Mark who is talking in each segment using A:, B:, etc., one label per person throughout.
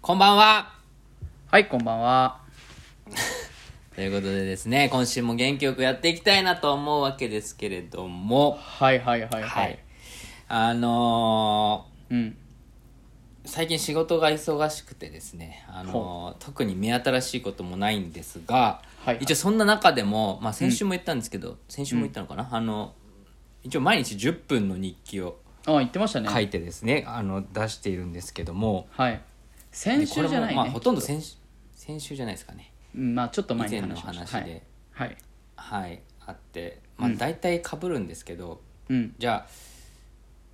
A: こんばんは
B: はい、こんばんは。
A: ということでですね、今週も元気よくやっていきたいなと思うわけですけれども、
B: はいはいはいはい。
A: はい。あの
B: うん。
A: ー最近仕事が忙しくてですね、あのー特に目新しいこともないんですが、
B: はいはい
A: 一応そんな中でも、まあ先週も言ったんですけど、先週も言ったのかな、あの、一応毎日10分の日記を
B: あ、言ってましたね。
A: 書いてですね、あの、出しているんですけども、
B: はい。
A: でこ
B: 先週
A: れ
B: じゃ
A: も
B: ないね。
A: まあほとんど先週、先週じゃないですかね。
B: うんまあちょっと前に話しま
A: 以前の話
B: した。はい
A: で。
B: はい。
A: はい、あって、まあ大体被るんですけど、
B: うん
A: じゃあ、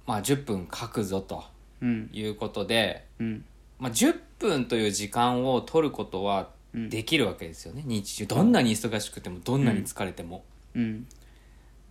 A: まあ、10分書くぞと
B: うん
A: いうことで、
B: うん
A: まあ、10分という時間を取ることはできるわけですよね、日中どんなに忙しくてもどんなに疲れても、
B: うん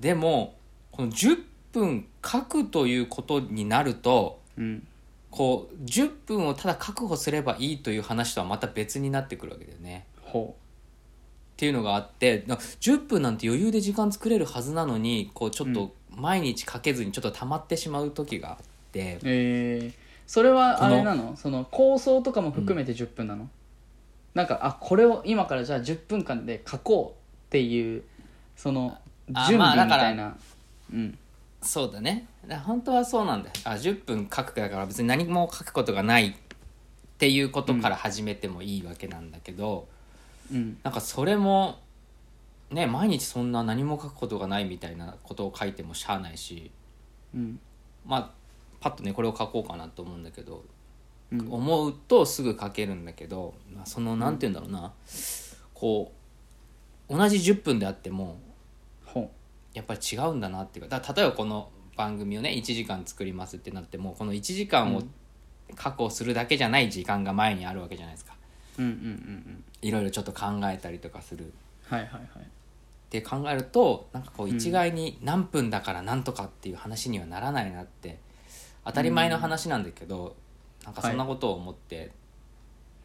A: でもこの10分書くということになると
B: うん。
A: こう10分をただ確保すればいいという話とはまた別になってくるわけだよね。
B: ほ
A: っていうのがあってな10分なんて余裕で時間作れるはずなのにこうちょっと毎日書けずにちょっと溜まってしまう時があって、
B: う。えー、それはあれなのその構想とかも含めて10分なの、なんか、あ、これを今からじゃあ10分間で書こうっていう、その、
A: あ
B: 準
A: まあだ
B: 備み
A: から
B: たいな。うん。
A: そうだねだから本当はそうなんだよあ10分書くだから別に何も書くことがないっていうことから始めてもいいわけなんだけど、
B: うん。
A: なんかそれもね毎日そんな何も書くことがないみたいなことを書いてもしゃあないし
B: うん。
A: まあパッとねこれを書こうかなと思うんだけど、
B: うん
A: 思うとすぐ書けるんだけど、まあ、そのなんて言うんだろうな、こう同じ10分であっても
B: ほ
A: やっぱり違うんだなっていうかだから例えばこの番組をね1時間作りますってなってもこの1時間を確保するだけじゃない時間が前にあるわけじゃないですか
B: う。うんうんうんうん。
A: いろいろちょっと考えたりとかするっ
B: はいはいはい。
A: て考えるとなんかこう一概に何分だからなんとかっていう話にはならないなって当たり前の話なんだけど、なんかそんなことを思って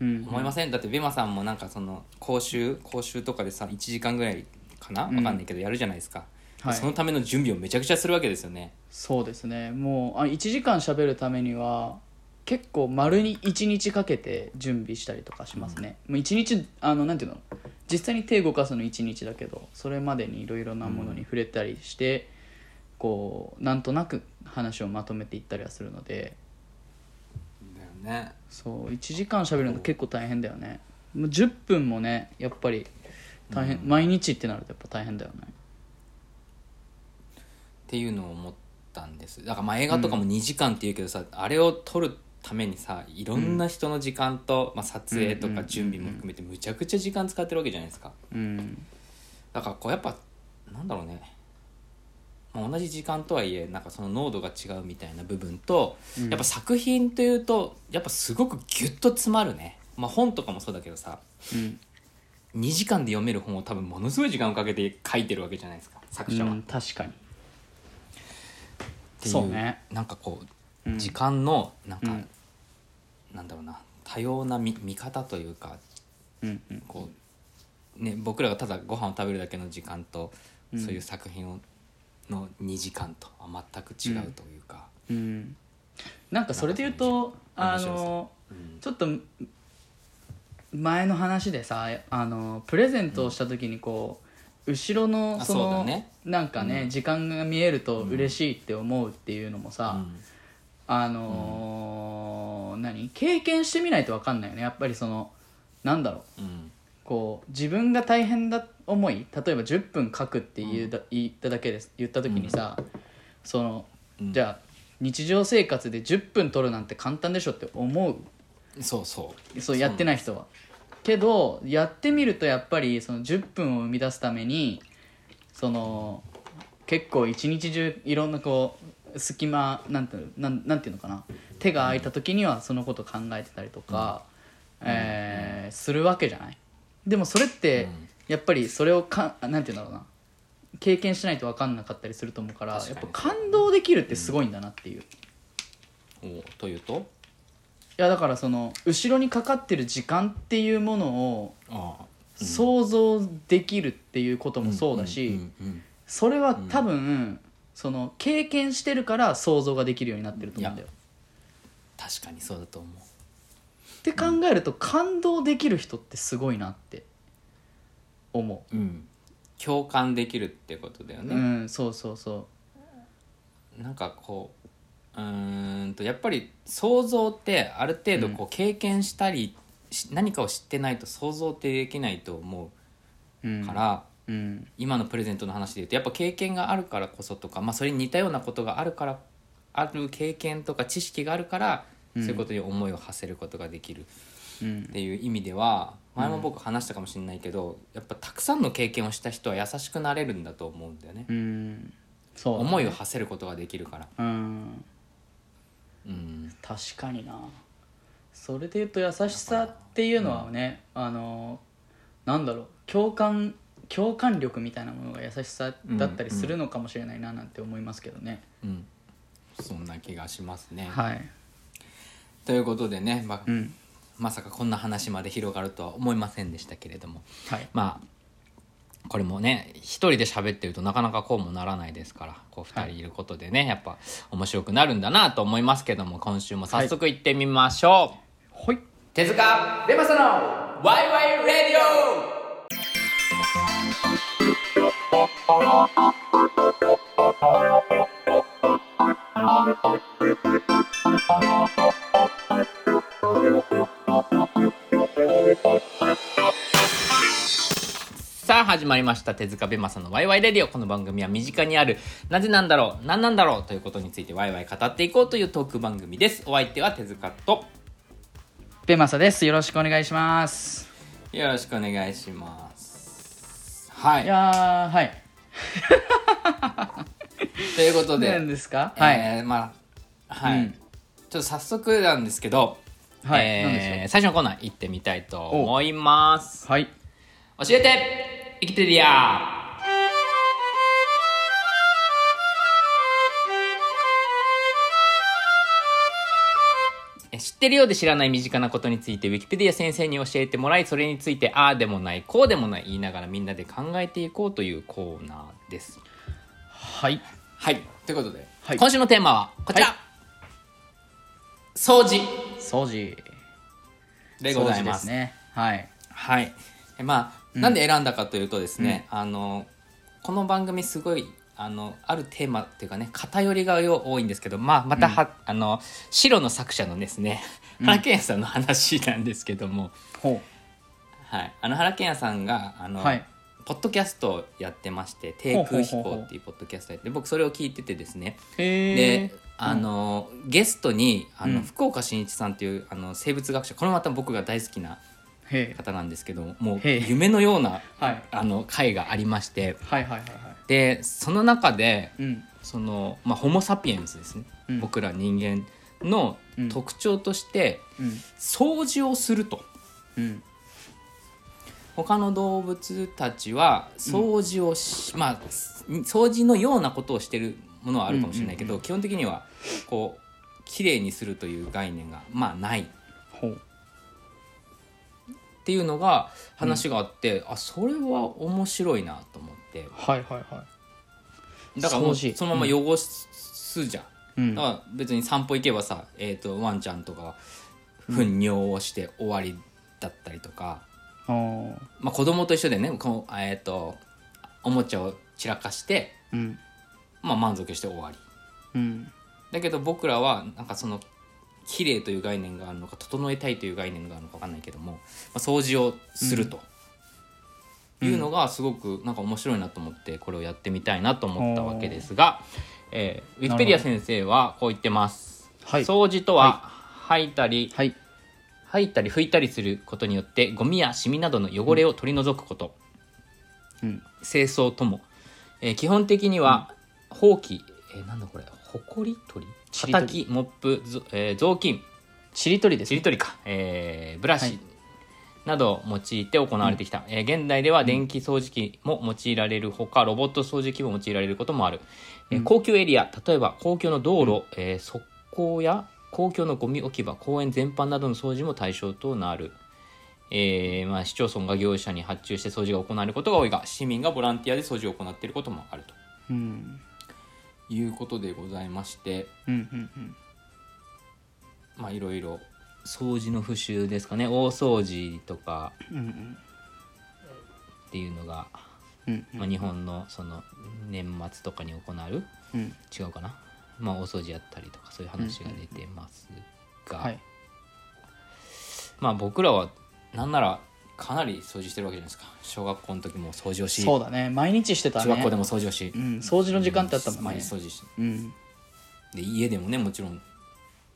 B: うん、
A: 思いません、だってベマさんもなんかその講習講習とかでさ1時間ぐらいかなわかんないけどやるじゃないですか、
B: はい
A: そのための準備をめちゃくちゃするわけですよね
B: そうですねもうあ1時間しゃべるためには結構丸に1日かけて準備したりとかしますね、もう1日あのなんていうの実際に手動かすの1日だけどそれまでにいろいろなものに触れたりして、こうなんとなく話をまとめていったりはするので
A: だよね
B: そう1時間しゃべるの結構大変だよねもう10分もねやっぱり大変、毎日ってなるとやっぱ大変だよね
A: っていうのを思ったんですだからまあ映画とかも2時間っていうけどさ、あれを撮るためにさいろんな人の時間と、まあ、撮影とか準備も含めてむちゃくちゃ時間使ってるわけじゃないですか
B: うん
A: だからこうやっぱなんだろうね、まあ、同じ時間とはいえなんかその濃度が違うみたいな部分と、やっぱ作品というとやっぱすごくギュッと詰まるね、まあ、本とかもそうだけどさ
B: うん
A: 2時間で読める本を多分ものすごい時間をかけて書いてるわけじゃないですか作者は。
B: うん確かに
A: ってい
B: そうね
A: なんかこ
B: う
A: うん時間のなんか、
B: うん
A: なんだろうな多様な見見方というか
B: うんうん
A: こう、ね、僕らがただご飯を食べるだけの時間と、そういう作品をの2時間とは全く違うというか、
B: うん、なんかそれで言うと
A: なん
B: あ
A: かその
B: の
A: うん
B: ちょっと前の話でさあのプレゼントをした時にこう、後ろの
A: あ
B: そ
A: そう
B: の
A: だね
B: なんかね、時間が見えると嬉しいって思うっていうのもさ、あのー何経験してみないと分かんないよねやっぱりそのなんだろう
A: うんうん
B: こう自分が大変だ思い例えば10分書くっていうだ、言っただけです言った時にさ、その
A: うん
B: じゃあ日常生活で10分取るなんて簡単でしょって思
A: そうそう
B: そうやってない人はけどやってみるとやっぱりその10分を生み出すためにその結構一日中いろんなこう隙間なんていうのなんなんていうのかな手が空いた時にはそのこと考えてたりとか、えーするわけじゃないでもそれって
A: うん
B: やっぱりそれをかなんていうんだろうな経験しないと分かんなかったりすると思うから
A: 確か
B: やっ
A: に
B: ぱ感動できるってすごいんだなっていう、い
A: おうというと
B: やだからその後ろにかかってる時間っていうものを
A: ああ
B: 想像できるっていうこともそうだし、
A: うんうん
B: それは多分、その経験してるから想像ができるようになってると思うんだよ
A: 確かにそうだと思う
B: って考えると感動できる人ってすごいなって思
A: うん、共感できるってことだよ
B: う、
A: ね、
B: うんそうそうそ
A: なんかこううーんとやっぱり想像ってある程度こう経験したり、し何かを知ってないと想像ってできないと思
B: う、うん、
A: うから、
B: うん
A: 今のプレゼントの話で言うとやっぱ経験があるからこそとか、まあ、それに似たようなことがあるからある経験とか知識があるから、そういうことに思いを馳せることができる
B: うん
A: っていう意味では前も僕話したかもしれないけど、やっぱたくさんの経験をした人は優しくなれるんだと思うんだよね、
B: うんそう
A: 思いを馳せることができるから、
B: うん
A: うん、
B: 確かになそれで言うと優しさっていうのはね、あのなんだろう共感共感力みたいなものが優しさだったりするのかもしれないななんて思いますけどね、
A: うん、そんな気がしますね。
B: はい、
A: ということでね、ま
B: うん
A: まさかこんな話まで広がるとは思いませんでしたけれども
B: はい、
A: まあこれもね一人で喋ってるとなかなかこうもならないですからこう二人いることでね、やっぱ面白くなるんだなと思いますけども今週も早速行ってみましょう、
B: ほい
A: 手塚レマサのワイワイレディオさあ始まりました手塚ベマさんのワイワイレディオこの番組は身近にあるなぜなんだろう何なんだろうということについてワイワイ語っていこうというトーク番組ですお相手は手塚と
B: ペマサですよろしくお願いします
A: よろしくお願いします。はいい。
B: やーはい
A: ということで、
B: 何ですか、はい
A: えーまあ、はい、
B: うん
A: ちょっと早速なんですけど、
B: はい
A: えー
B: 何でしょ
A: 最初のコーナー行ってみたいと思います。
B: はい
A: 教えて生きてるやえ知ってるようで知らない身近なことについてウィキペディア先生に教えてもらいそれについてああでもないこうでもない言いながらみんなで考えていこうというコーナーです。
B: はい
A: はいということで、
B: はい
A: 今週のテーマはこちら、
B: はい
A: 掃除
B: 掃除
A: でございます
B: 掃除でねはい
A: はいえまあ、なんで選んだかというとですね、あのこの番組すごいあのあるテーマっていうかね偏りがよ多いんですけど、まあ、または、あの白の作者のですね原健也さんの話なんですけども、
B: ほ
A: はい、あの原健也さんがあ
B: う
A: の、
B: はい
A: ポッドキャストをやってまして「低空飛行」っていうポッドキャストやって僕それを聞いててですね
B: へ
A: であの、ゲストにあの、
B: うん
A: 福岡伸一さんっていうあの生物学者これまた僕が大好きな
B: ーへー
A: 方なんですけどもう
B: へえ
A: 夢のような
B: はい
A: あの回がありまして
B: はいはいはいは
A: でその中で
B: いうん
A: その、まあ、ホモ・サピエンスですね、
B: うん
A: 僕ら人間の
B: うん
A: 特徴として、
B: うん
A: 掃除をすると
B: うん
A: 他の動物たちは掃除をし、まあ掃除のようなことをしてるものはあるかもしれないけど、基本的にはこう綺麗にするという概念がまあない
B: ほう
A: っていうのが話があって、あそれは面白いなと思って
B: はいはいは
A: だからもう
B: 掃除
A: そのまま汚すじゃん、
B: いうん
A: だから別に散歩行けばさ、えー、とワンちゃんとかは糞尿をして終わりだったりとか、
B: あー
A: まあ、子供と一緒でねこう、えー、とおもちゃを散らかして、
B: うん
A: まあ、満足して終わり
B: うん
A: だけど僕らはなんかその綺麗という概念があるのか整えたいという概念があるのか分かんないけども、まあ、掃除をすると、いうのがすごくなんか面白いなと思ってこれをやってみたいなと思ったわけですが、えーウィキペディア先生はこう言ってます。
B: はい
A: 掃除とは、吐いたり
B: はい
A: 吐いたり拭いたりすることによってゴミやシミなどの汚れを取り除くこと、
B: うん
A: 清掃とも、えー基本的にはほうき、えーなんだこれほこり取り
B: ちりとり
A: 叩きモップ、ぞえー雑巾
B: ちりとりです
A: ちり
B: ね
A: 取りか、えーブラシ、
B: はい
A: などを用いて行われてきた、えー現代では電気掃除機も用いられるほかロボット掃除機も用いられることもある、えー公共エリア例えば公共の道路、えー側溝や公共のゴミ置き場公園全般などの掃除も対象となる、えーまあ、市町村が業者に発注して掃除が行われることが多いが市民がボランティアで掃除を行っていることもあると
B: うん
A: いうことでございまして
B: うんうんうん
A: まあいろいろ掃除の復習ですかね大掃除とか
B: うん
A: っていうのが、
B: うん
A: まあ、日本のその年末とかに行う
B: うん
A: 違うかな、まあ、大掃除やったりとかそういう話が出てますが、
B: はい
A: まあ僕らはなんならかなり掃除してるわけじゃないですか小学校の時も掃除をし
B: そうだね毎日してたね
A: 中学校でも掃除をし、
B: うん掃除の時間ってあったもん
A: 毎
B: ね
A: 日掃除し
B: うん
A: で家でもねもちろん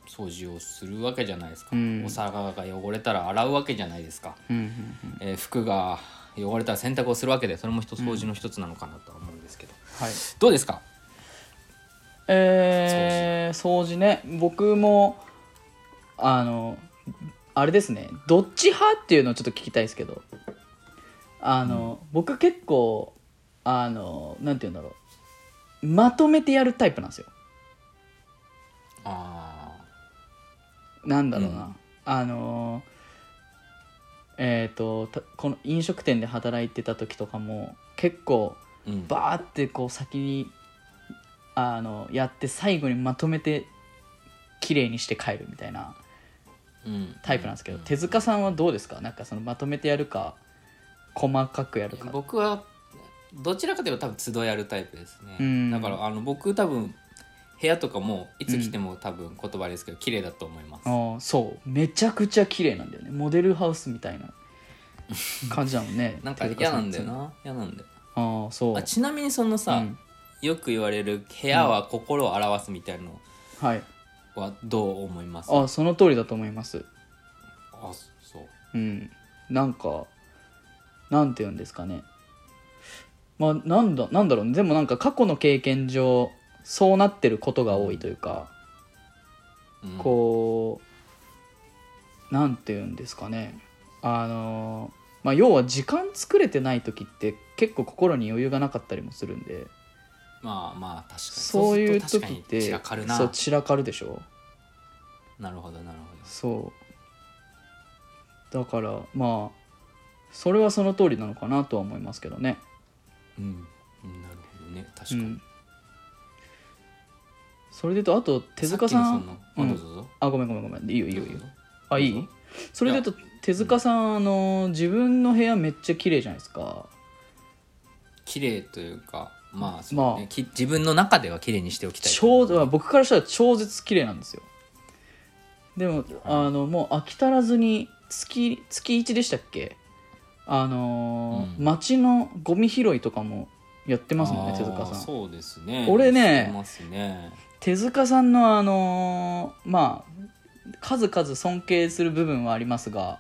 A: 掃除をするわけじゃないですか、
B: うん
A: お皿が汚れたら洗うわけじゃないですか、
B: うんうんうん
A: えー服が汚れたら洗濯をするわけでそれも一つ掃除の一つなのかなとは思うんですけど、
B: はい
A: どうですか
B: えー、掃除ね僕もあのあれですねどっち派っていうのをちょっと聞きたいですけどあの、僕結構あのなんて言うんだろうまとめてやるタイプなんですよ
A: あ
B: なんだろうな、あのえっ、とたこの飲食店で働いてた時とかも結構
A: ーうん
B: バーってこう先にあのやって最後にまとめて綺麗にして帰るみたいな
A: うん
B: タイプなんですけど、
A: う
B: 手塚さんはどうですかなんかそのまとめてやるか細かくやるか
A: 僕はどちらかというと多分都度やるタイプですね、
B: うん
A: だからあの僕多分部屋とかもいつ来ても多分言葉ですけど綺麗だと思います、
B: あーそうめちゃくちゃ綺麗なんだよねモデルハウスみたいな感じだもんね
A: なんか
B: 手塚
A: 嫌
B: さ
A: なんだよ
B: っ
A: な嫌なんだよ
B: てああそう
A: あちなみにそのさ、
B: うん
A: よく言われる部屋は心を表すみたいなの
B: はい
A: はどう思います、あ
B: あその通りだと思います
A: そう
B: うんなんかなんて言うんですかねまあなんだなんだろうねでもなんか過去の経験上そうなってることが多いというか、
A: うん
B: こうなんて言うんですかねあのまあ要は時間作れてない時って結構心に余裕がなかったりもするんで
A: まあまあ確かに
B: そういう
A: そうすると
B: 時
A: 確か
B: っ
A: に
B: て
A: 散らかるな
B: そう散らかるでしょ
A: なるほどなるほど
B: そうだからまあそれはその通りなのかなとは思いますけどね
A: うんうんなるほどね確かに、
B: うん、それで言うとあと手塚さ
A: さっ
B: ん
A: きのそのあど
B: うん
A: うぞどうぞ
B: あごめんごめんごめんいいよいいよいいよあ
A: どうぞ
B: いいそれで言うと手塚さんあの自分の部屋めっちゃ綺麗じゃないですか
A: 綺麗というかまあそう、ね
B: まあ
A: き自分の中では綺麗にしておきたい
B: 超僕からしたら超絶綺麗なんですよでもあのもう飽き足らずに月月1でしたっけあのー
A: うん
B: 街のゴミ拾いとかもやってますもんね手塚
A: あー
B: さん
A: そうですね
B: 俺ね
A: してますね
B: 手塚さんのあのーまあ数々尊敬する部分はありますが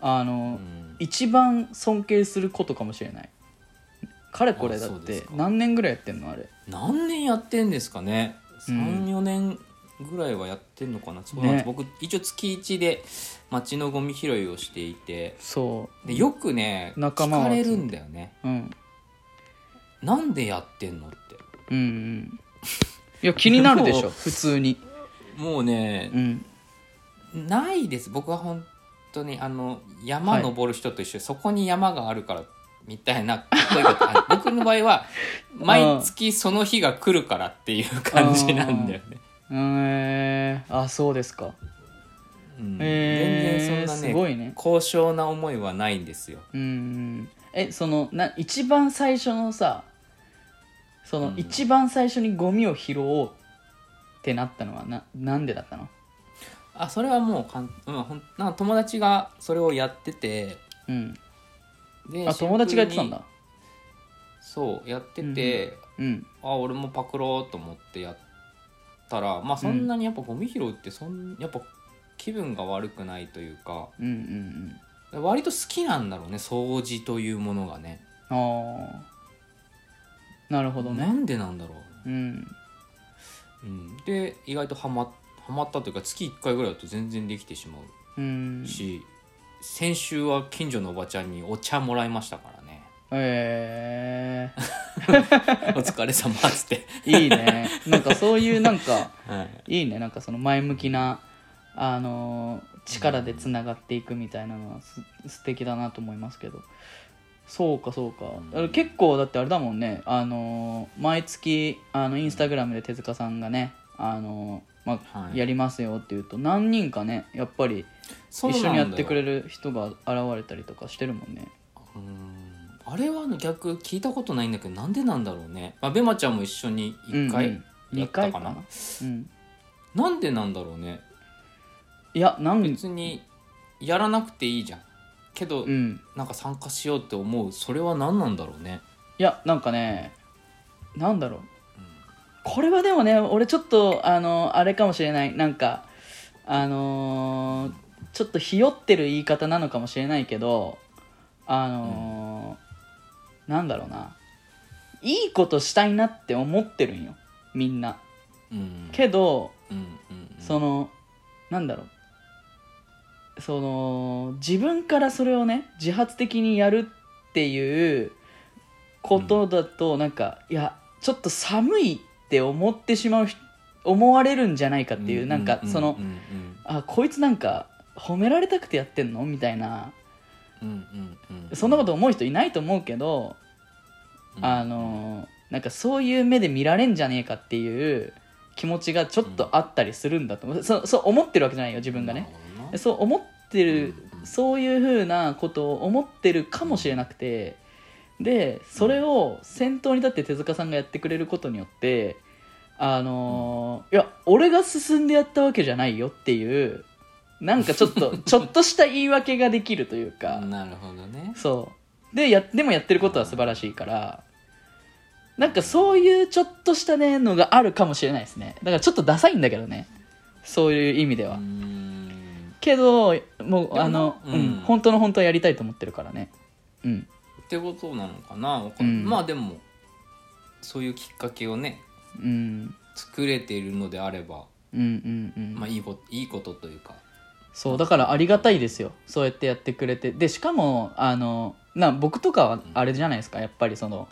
B: あ
A: う
B: のー、
A: ん
B: 一番尊敬することかもしれないかれこれ
A: あ
B: だ
A: そ
B: っ
A: うです
B: て
A: か
B: 何年ぐらいやってんのあれ
A: 何年やってんですかね
B: うん
A: 34年ぐらいはやってんのかな、そうなんです
B: ね
A: 僕一応月1で町のゴミ拾いをしていて
B: そ
A: でよくね
B: 仲間を
A: 聞
B: 集
A: か
B: め
A: れ
B: て
A: るんだよね
B: う、うん、
A: なんでやってんのって
B: うんうんいや気になるでし
A: も
B: ょ
A: う
B: 普通に
A: もうね
B: う、ん
A: ないです僕は本当にあの山
B: はい
A: 登る人と一緒、そこに山があるからみたいな声が あ僕の場合は毎月その日が来るからっていう感じなんだよね、
B: えー、あそうですか
A: うん
B: え
A: 全
B: ー
A: 然そんな
B: す
A: ね
B: ごいね
A: 高尚な思いはないんですよ
B: うんうんえそのな一番最初のさその、
A: うん
B: 一番最初にゴミを拾おうってなったのはななんでだったの
A: あそれはもうかん、うん、ほんなんか友達がそれをやってて
B: うん
A: で
B: あ友達がやってたん
A: シンプ
B: だ
A: ルにそうやってて、
B: うん
A: あ俺もパクろうと思ってやったらまあそんなにやっぱゴミ拾うってそんやっぱ気分が悪くないというか
B: うんうんうん
A: 割と好きなんだろうね掃除というものがね
B: ああなるほど
A: な
B: ね
A: んでなんだろ
B: うん
A: う、うん、で意外とハマハマったというか月1回ぐらいだと全然できてしま
B: うん
A: うし、先週は近所のおばちゃんにお茶もらいましたからね
B: え
A: お疲れ様っつ って、
B: ー、いいねなんかそういうなんか
A: はい
B: いいねなんかその前向きなあのー力でつながっていくみたいなのはす素敵だなと思いますけどそうかそうか、
A: ん
B: だから結構だってあれだもんねあのー毎月あのインスタグラムで手塚さんがねあのーまあ
A: はい
B: やりますよって言うと何人かねやっぱり
A: そう
B: 一
A: なんだ
B: 緒
A: よ
B: にやってくれる人が現れたりとかしてるもんね
A: うんあれは逆聞いたことないんだけどなんでなんだろうね、まあ、ベマちゃんも一緒に1
B: うん
A: 回
B: うん
A: や
B: 二
A: った
B: 回
A: かな,、
B: うん
A: なんでなんだろうね
B: いやなん
A: 別にやらなくていいじゃんけど、
B: うん
A: なんか参加しようって思うそれは何なんだろうね
B: いやなんかねなんだろうこれはでもね俺ちょっとあのあれかもしれないなんかあのーちょっとひよってる言い方なのかもしれないけどあのーなんだろうないいことしたいなって思ってるんよみんな
A: うん
B: けど
A: うんうんうん
B: そのなんだろうその自分からそれをね自発的にやるっていうことだとなんか、いやちょっと寒いって思ってしまうひ思われるんじゃないかっていう、なんかその、
A: うんうん
B: あこいつなんか褒められたくてやってんのみたいな
A: うんうんうん
B: そんなこと思う人いないと思うけど、
A: うん
B: あのなんかそういう目で見られんじゃねえかっていう気持ちがちょっとあったりするんだと思う、そそう思ってるわけじゃないよ自分がね、
A: なるほどな
B: そう思ってる、
A: うんうん
B: そういうふうなことを思ってるかもしれなくてでそれを先頭に立って手塚さんがやってくれることによってあのーいや俺が進んでやったわけじゃないよっていうなんかちょ っとちょっとした言い訳ができるというか、
A: なるほどね
B: そうでやでもやってることは素晴らしいから。なんかそういうちょっとしたねのがあるかもしれないですねだからちょっとダサいんだけどねそういう意味で
A: う
B: は
A: ーん
B: けども
A: で
B: う
A: も
B: あの、
A: う
B: うんん本当の本当はやりたいと思ってるからねうん
A: ってことなのかなわかんない
B: うん
A: まあでもそういうきっかけをね
B: うん
A: 作れているのであれば、
B: うんうんうん、
A: まあ、いいこといいことというか
B: そうだからありがたいですよそうやってやってくれてでしかもあのな僕とかはあれじゃないですかやっぱりその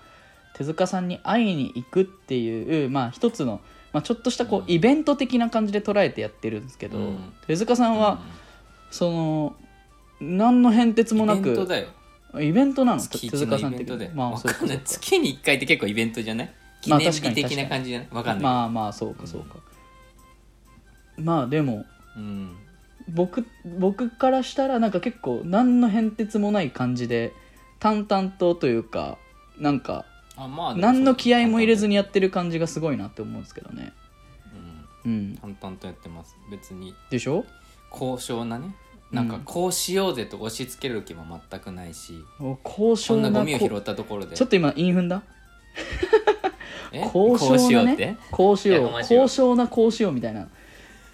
B: 手塚さんに会いに行くっていうまあ一つの、まあ、ちょっとしたこう、
A: うん
B: イベント的な感じで捉えてやってるんですけど、
A: うん
B: 手塚さんは、その何の変哲もな
A: イ
B: く
A: ベントだよ
B: イベントなの
A: 月
B: 手
A: 一
B: 塚さ
A: の
B: ん
A: イベン
B: 的
A: トで、
B: にまあ
A: わ
B: そう
A: か
B: か
A: ん
B: そ
A: な
B: う
A: い
B: か
A: 月に1回って結構イベントじゃない記
B: まあ
A: 念日
B: 確かに
A: 的な感じじゃないわかんない、
B: まあまあそうかそうか、まあでも
A: うん、
B: 僕僕からしたらなんか結構何の変哲もない感じで淡々とというかなんか
A: あまあでもそう
B: 何の気合も入れずにやってる感じがすごいなって思うんですけどねうん
A: 淡々とうん、淡々とやってます別に
B: でしょ
A: 高尚なねなんか
B: うん
A: こうしようぜと押し付ける気も全くないし、
B: もう高
A: こ
B: 尚
A: んな
B: な
A: ゴミを拾
B: こ
A: ったところで
B: ちょっと今韻踏んだ
A: えこ
B: 高
A: うしよ
B: 尚
A: う
B: な
A: って
B: ね高尚
A: いや面白い
B: 高尚なこうしようみたいな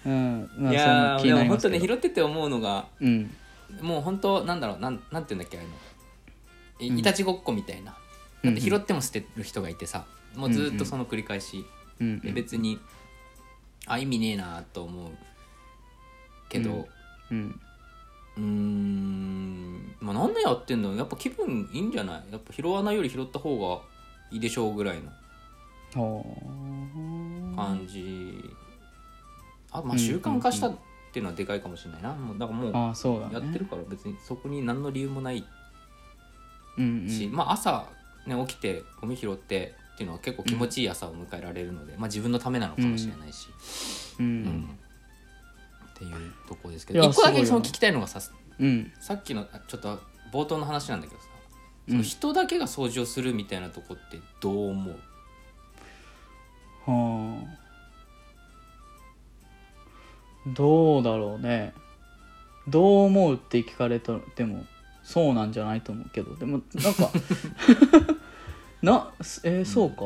B: うんま
A: い
B: あそ
A: や
B: ん
A: ー
B: な気に
A: で
B: な
A: も
B: りま
A: 本
B: す
A: 当
B: け
A: ね
B: ど
A: 拾ってて思うのが
B: うん
A: もう本当なんだろうなんなんていうんだっけあれのい
B: うん
A: いたちごっこみたいな、
B: うん
A: だって拾っても捨てる人がいてさもうずっとその繰り返し、
B: うん
A: で別にあ意味ねえなと思うけど
B: うん
A: うーんまあ何年やってんだろうやっぱ気分いいんじゃないやっぱ拾わないより拾った方がいいでしょうぐらいの
B: ほー
A: 感じあまあ習慣化したっていうのはでかいかもしれないなもうだからもう
B: ああそうだね
A: やってるから別にそこに何の理由もない
B: うん
A: し、まあ朝、ね、起きてゴミ拾ってっていうのは結構気持ちいい朝を迎えられるので、まあ自分のためなのかもしれないし、
B: う
A: うん
B: ん
A: っていうとこですけ
B: い
A: ど
B: や
A: 一個だ
B: すごい
A: け
B: よ
A: その聞きたいのがさ
B: うん
A: さっきのあちょっと冒頭の話なんだけどさ
B: うん
A: その人だけが掃除をするみたいなとこってどう思う、
B: はあどうだろうねどう思うって聞かれたでもそうなんじゃないと思うけどでもなんか なえーそうか、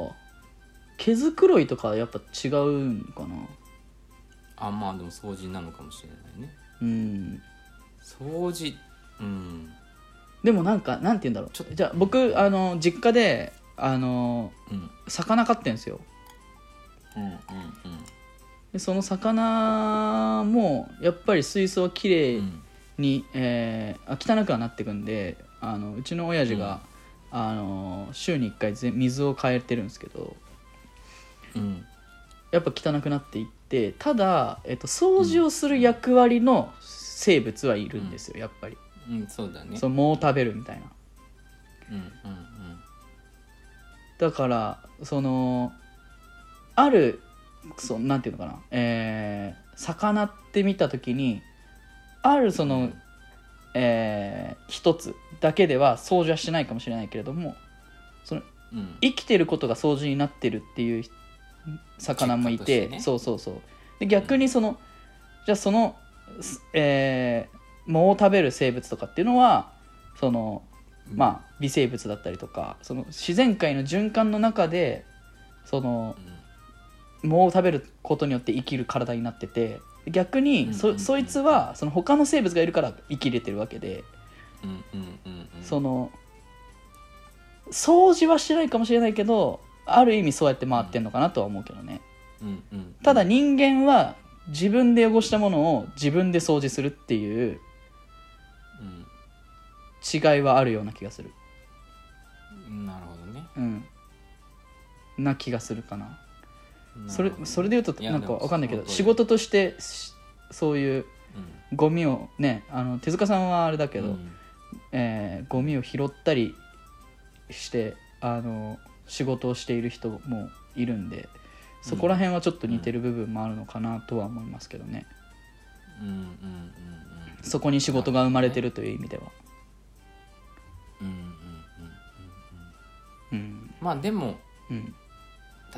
B: 毛づくろいとかやっぱ違うんかな
A: あまあでも掃除なのかもしれないね
B: うん
A: 掃除うん
B: でもなんかなんて言うんだろ
A: ちょっ
B: うじゃあ僕あの実家であの
A: うん
B: 魚飼ってんすよ
A: うんうん
B: でその魚もやっぱり水槽きれ
A: うん
B: いに、えーあ汚くはなってくんであのうちの親父が、あの週に1回ぜ水を変えてるんですけど
A: うん
B: やっぱ汚くなっていってただ、えっと、掃除をする役割の生物はいるんですよやっぱり、
A: うんそうだね
B: その藻を食べるみたいな
A: うんうん
B: だからそのあるそなんていうのかなえー、魚って見た時にあるその、
A: うん
B: えー一つだけでは掃除はしないかもしれないけれども
A: うん
B: 生きてることが掃除になってるっていう魚もい
A: 結果と
B: て
A: してね
B: そうそうそうで逆にその、じゃあその、すえー藻を食べる生物とかっていうのはそのまあ微生物だったりとかその自然界の循環の中でその
A: あ、
B: 藻を食べることによって生きる体になってて逆にそ,、
A: うんうんうん
B: そいつはその他の生物がいるから生きれてるわけで、
A: うん、うんうんうんうん
B: その掃除はしないかもしれないけどある意味そうやって回ってんのかなとは思うけどね
A: うんうん
B: ただ人間は自分で汚したものを自分で掃除するっていう違いはあるような気がする
A: うんなるほどね
B: うんな気がするかな
A: なる
B: それ
A: ほどね
B: それで言うと
A: いや
B: なんか
A: でも
B: わかんないけど
A: その通
B: 仕
A: り
B: 事としてしそういう
A: うん
B: ゴミをねあの手塚さんはあれだけど、
A: うん
B: えーゴミを拾ったりしてあの仕事をしている人もいるんでそこら辺はちょっと似てる部分もあるのかなとは思いますけどね、
A: うんうん
B: そこに仕事が生まれてるという意味では、
A: うんうんうんうんうん
B: うん
A: まあでも
B: うん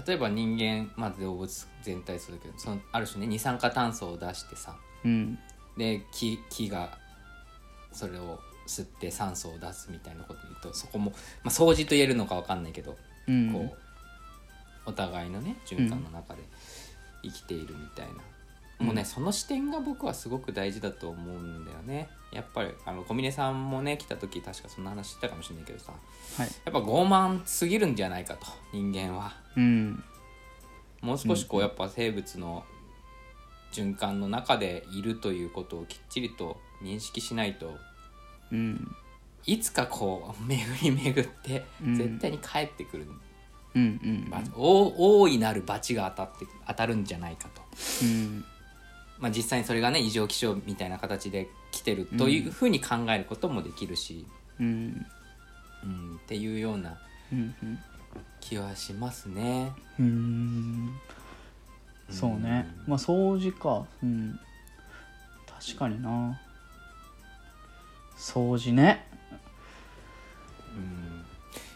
A: 例えば人間、まあ、動物全体そうだけどそのある種ね二酸化炭素を出してさ
B: うん
A: で木木がそれを吸って酸素を出すみたいなこと言うとそこも、まあ、掃除と言えるのかわかんないけど、
B: うん
A: こうお互いのね循環の中で生きているみたいな、
B: うん
A: もうねその視点が僕はすごく大事だと思うんだよねやっぱりあの小峰さんもね来た時確かそんな話してたかもしれないけどさ
B: はい
A: やっぱ傲慢すぎるんじゃないかと人間は。
B: うん
A: もう少しこうやっぱ生物の循環の中でいるということをきっちりと認識しないと
B: うん
A: いつかこう巡り巡って
B: うん
A: 絶対に帰ってくる、
B: うんうん
A: ばお大いなる罰が当たって当たるんじゃないかと、
B: うん
A: まあ、実際にそれがね異常気象みたいな形で来てるというふうに考えることもできるし、
B: うん
A: うん、っていうような
B: うん
A: 気はしますね。
B: うんそうねまあ掃除かうん確かにな掃除ね
A: うん、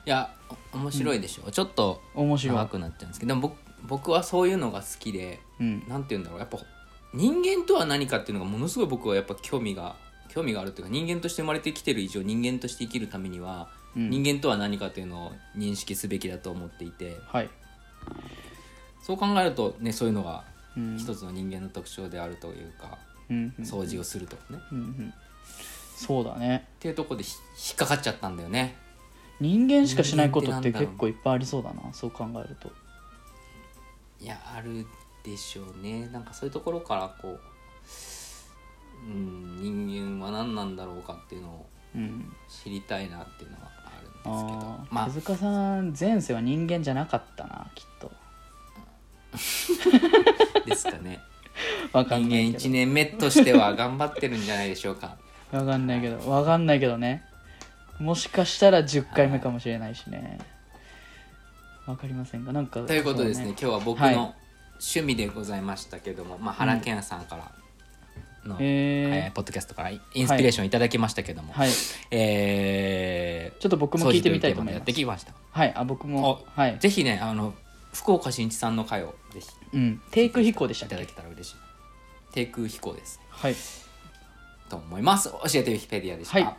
A: いやお面白いでしょ、ちょっと
B: 面白い
A: 長くなっちゃうんですけどでも僕僕はそういうのが好きで
B: うん
A: なんて言うんだろうやっぱ人間とは何かっていうのがものすごい僕はやっぱ興味が興味があるというか人間として生まれてきてる以上人間として生きるためには、
B: うん
A: 人間とは何かというのを認識すべきだと思っていて
B: はい
A: そう考えるとねそういうのが
B: うん
A: 一つの人間の特徴であるというか、
B: うんうん
A: 掃除をするとかね、っ
B: うんうんそうだね
A: ていうところでひ引っかかっちゃったんだよね
B: 人間しかしないことっ
A: 人
B: て
A: 間ってなんだろう
B: 結構いっぱいありそうだなそう考えると
A: いやあるでしょうねなんかそういうところからこう、うん、人間は何なんだろうかっていうのを
B: うん
A: 知りたいなっていうのはあるんですけど
B: ああ
A: まあ
B: 手塚さん前世は人間じゃなかったなきっと
A: ですかね
B: わ
A: 人
B: かんない
A: 間
B: け
A: 1年目としては頑張ってるんじゃないでしょう か
B: どわかんないけどわかんないけどねもしかしたら10回目かもしれないしねわかりませんがなんか
A: ということでですね
B: そ
A: 今日は僕
B: はい
A: の趣味でございましたけども、まあ、原健さんからの、
B: うね
A: えー
B: え
A: ポッドキャストからインスピレーションいただきましたけども、
B: ーはい
A: えー
B: ちょっと僕も聞いてみたいと
A: 掃除
B: 思
A: とうテーマで
B: い
A: や
B: ま
A: っ
B: す
A: てきました
B: はいあ僕も
A: お
B: はい
A: ぜひねあの福岡新一さんの回をぜひ
B: うん低空飛行でし
A: い
B: たった
A: だ
B: け
A: けたら嬉しい低空飛行ですね
B: はい
A: と思います教えてウィキペディアでした、
B: はい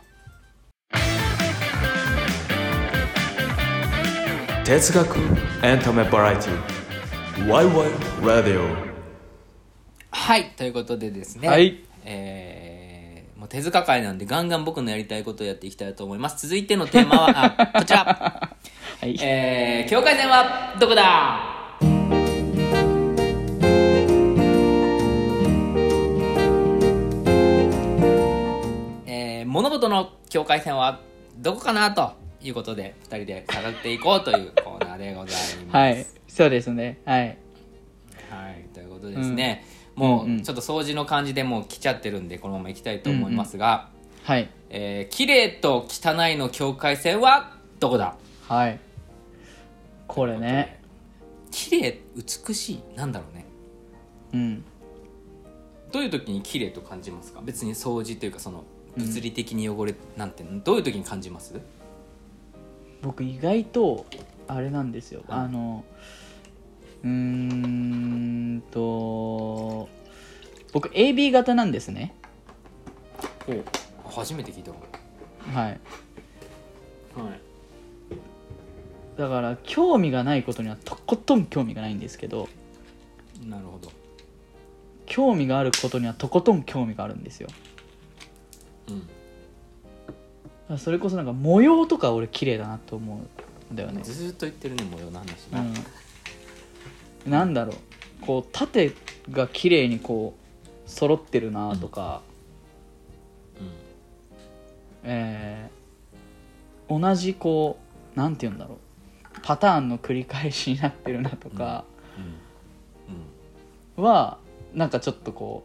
C: 哲学エンタメバラエティ YY ラディオ
A: はいということでですね、
B: はい
A: えーもう手塚会なんでガンガン僕のやりたいことをやっていきたいと思います続いてのテーマはあこちら、
B: はい
A: えー、境界線はどこだえー物事の境界線はどこかなということで2人で語っていこうというコーナーでございます。
B: はいそうですねはい
A: はい、ということでですね、も
B: うんう
A: うんちょっと掃除の感じでもう来ちゃってるんでこのまま行きたいと思いますが、
B: はい
A: えー綺麗と汚いの境界線はどこだ
B: はいこれね
A: と綺麗美しいなんだろうね
B: うん
A: どういう時に綺麗と感じますか別に掃除というかその物理的に汚れなんてどういう時に感じます、
B: 僕意外とあれなんですよ、
A: はい
B: あのうーんと僕 AB 型なんですね
A: 初めて聞いたか
B: はい
A: もはい
B: だから興味がないことにはとことん興味がないんですけど
A: なるほど
B: 興味があることにはとことん興味があるんですよ
A: うん
B: だからそれこそなんか模様とか俺綺麗だなと思うんだよね、
A: ずーっと言ってるね模様の話ね、
B: うん、なんだろうこう縦が綺麗にこう揃ってるなとか、
A: うん
B: えー同じこうなんて言うんだろうパターンの繰り返しになってるなとか
A: うん
B: は、なんかちょっとこ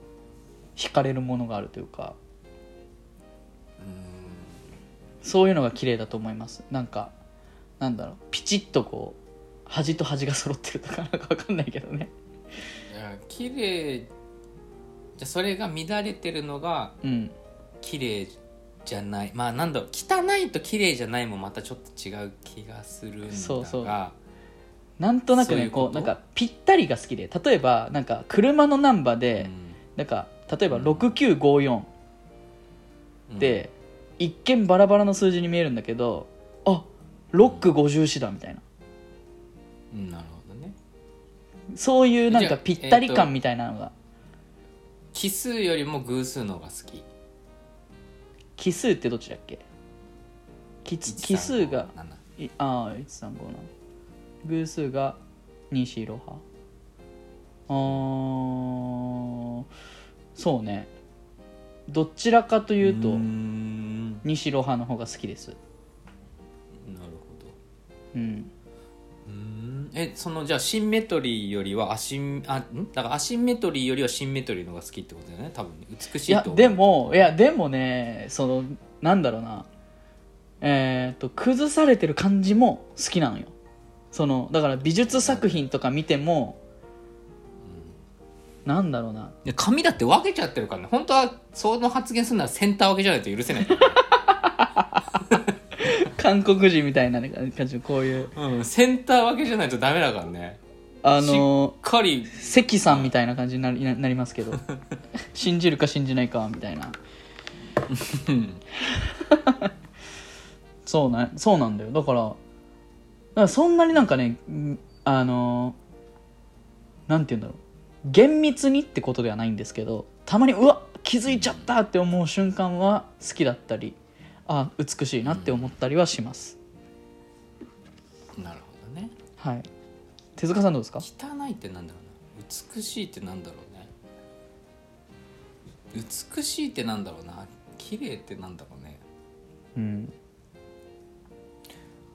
B: う惹かれるものがあるというかそういうのが綺麗だと思いますなんかなんだろうピチッとこう端と端が揃ってるとかなんか分かんないけどね
A: いや綺麗じゃそれが乱れてるのが
B: うん
A: 綺麗じゃないまあなんだろう汚いと綺麗じゃないもまたちょっと違う気がするんだが
B: そうそうなんとなく
A: そう
B: ね
A: いうこ
B: ことうなんかぴったりが好きで例えばなんか車のナンバーで、なんか例えば
A: うん
B: 6954、
A: うん
B: で、一見バラバラの数字に見えるんだけどあロック54だみたいな
A: うんうんなるほどね
B: そういうなん
A: じゃ
B: か
A: あ
B: ぴったり
A: えーと
B: 感みたいなのが、
A: 奇数よりも偶数の方が好き
B: 奇数ってどっちだっけ奇
A: 1 3 5
B: 奇数が
A: 7
B: いああ135な偶数が西いろはあーそうねどちらかというと
A: ーんなる
B: 西いろはの方が好きです
A: ほど
B: うん
A: うーんえそのじゃあシンメトリーよりはアシンあんだからアシンメトリーよりはシンメトリーの方が好きってことだよね多分ね美し
B: い
A: い
B: や
A: と思う
B: でもいやでもねそのなんだろうなえーっと崩されてる感じも好きなのよそのだから美術作品とか見ても、なんだろうない
A: や髪だって分けちゃってるからね本当はその発言するならセンター分けじゃないと許せない、
B: 韓国人みたいなね感じのこういう
A: うん、センター分けじゃないとダメだからね
B: あの
A: カリ
B: 関さんみたいな感じになりななります けど信じるか信じないかみたい なそうなそうなんだよだからだからそんなになんかねんあのなんて言うんだろう厳密にってことではないんですけどたまにうわ気づいちゃったって思う瞬間は好きだったりあ美しいなって思ったりはします、
A: なるほどね
B: はい手塚さんどうですか
A: 汚いってなんだろうな美しいってなんだろうね美しいってなんだろうな綺麗ってなんだろうね
B: うん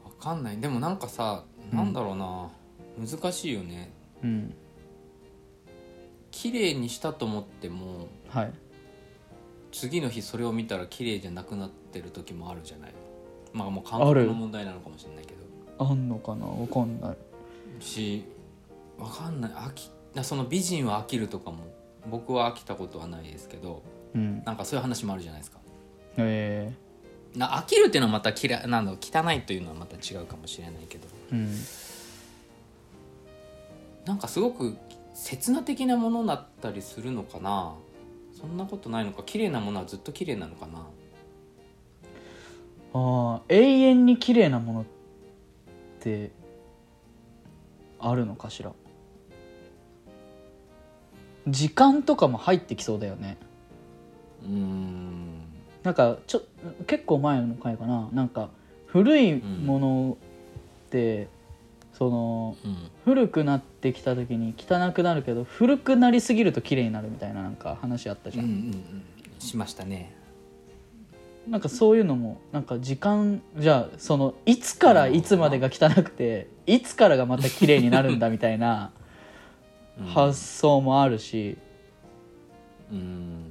A: わかんないでもなんかさなんだろうな、難しいよね
B: うん
A: 綺麗にしたと思っても
B: はい
A: 次の日それを見たら綺麗じゃなくなってる時もあるじゃないまあもう感
B: あ
A: 覚
B: る
A: の問題なのかもしれないけど
B: あんのかなわかんない
A: しわかんない飽きなその美人は飽きるとかも僕は飽きたことはないですけど
B: うん
A: なんかそういう話もあるじゃないですか
B: え
A: な飽きるっていうのはまた嫌いなの汚いというのはまた違うかもしれないけど
B: えうん
A: なんかすごく刹那的なものだったりするのかなそんなことないのか綺麗なものはずっと綺麗なのかな
B: ああ永遠に綺麗なものってあるのかしら時間とかも入ってきそうだよね
A: うーん
B: なんかちょ結構前の回かななんか古いものって、その
A: うん
B: 古くなってきた時に汚くなるけど古くなりすぎると綺麗になるみたいななんか話あったじ
A: うんう
B: ゃ
A: ん
B: ん、
A: うんしましたね
B: なんかそういうのもなんか時間じゃあそのいつからいつまでが汚くていつからがまた綺麗になるんだみたいな
A: うん
B: 発想もあるし
A: うーん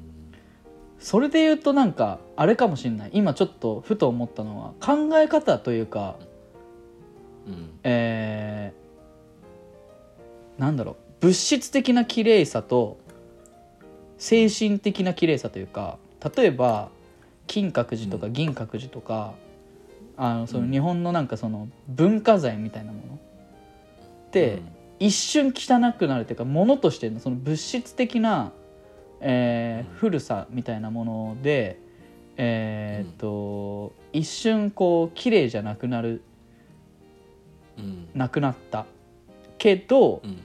B: それで言うとなんかあれかもしれない今ちょっとふと思ったのは考え方というか
A: うん
B: えーなんだろう物質的な綺麗さと精神的な綺麗さというか例えば金閣寺とか銀閣寺とか、あのその日本のなんかその文化財みたいなものって、
A: うん
B: 一瞬汚くなるというか物としてのその物質的な、えー古さみたいなもので、えーっと一瞬こう綺麗じゃなくなる
A: うん
B: なくなったけど、
A: うん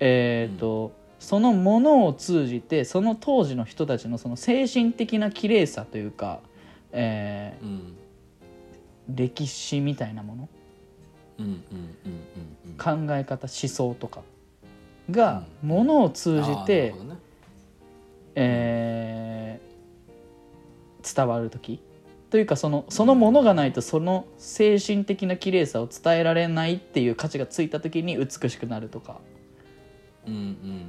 B: えーっとそのものを通じてその当時の人たちのその精神的な綺麗さというか、え
A: うん
B: ー歴史みたいなもの
A: うんうんうんうん
B: 考え方思想とかがものを
A: うん
B: 通じ
A: あーなる
B: て
A: ほどね
B: えー伝わる時というかそのそのものがないとその精神的な綺麗さを伝えられないっていう価値がついた時に美しくなるとか
A: うんうんうんうんうんうん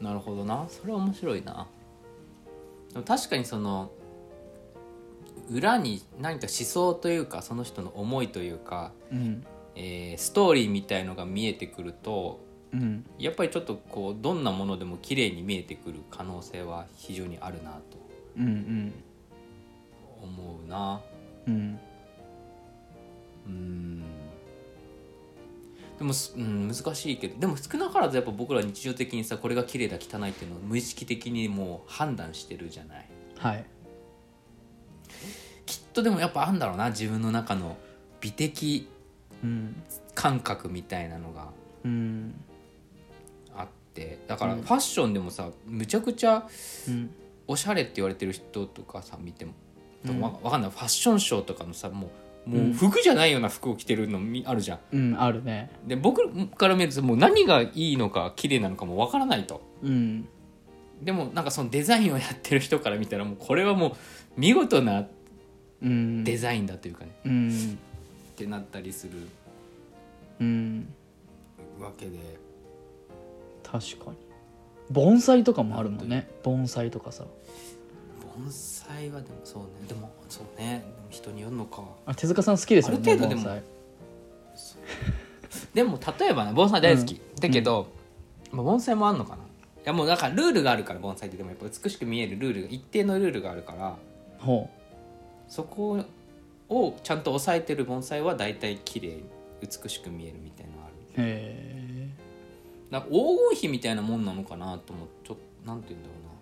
A: うんなるほどなそれは面白いなでも確かにその裏に何か思想というかその人の思いというか、
B: うん
A: えーストーリーみたいのが見えてくると
B: うん
A: やっぱりちょっとこうどんなものでも綺麗に見えてくる可能性は非常にあるなと
B: うんうん
A: 思うな
B: うん
A: うんでもす、うん、難しいけどでも少なからずやっぱ僕ら日常的にさこれが綺麗だ汚いっていうのを無意識的にもう判断してるじゃない
B: はい
A: きっとでもやっぱあんだろうな自分の中の美的
B: うん
A: 感覚みたいなのが
B: うん
A: あってだから
B: う
A: フ
B: ん
A: ァッションでもさむちゃくちゃ
B: うん
A: おしゃれって言われてる人とかさ見ても、
B: うん
A: わわかんないファッションショーとかのさもう
B: う
A: も
B: ん
A: う服じゃないような服を着てるのみあるじゃん
B: うんあるね
A: で僕から見るともう何がいいのか綺麗なのかもわからないと
B: うん
A: でもなんかそのデザインをやってる人から見たらもうこれはもう見事な
B: うん
A: デザインだというかね、
B: うん
A: ってなったりする
B: うん
A: わけで
B: 確かに盆栽とかもあるもんね盆栽とかさ
A: 盆栽はでもそうねでもそうねでも人によるのか
B: あ手塚さん好きですよね
A: ある程度でも
B: 盆栽
A: でも例えばね盆栽大好き、だけど、まあ、盆栽もあんのかないやもうなんかルールがあるから盆栽ってでもやっぱ美しく見えるルールが一定のルールがあるから
B: ほ
A: そこをちゃんと抑えてる盆栽は大体綺麗美しく見えるみたいなのある
B: うへ
A: なんか黄金比みたいなもんなのかなともちょっとなんて言うんだろうな、
B: うん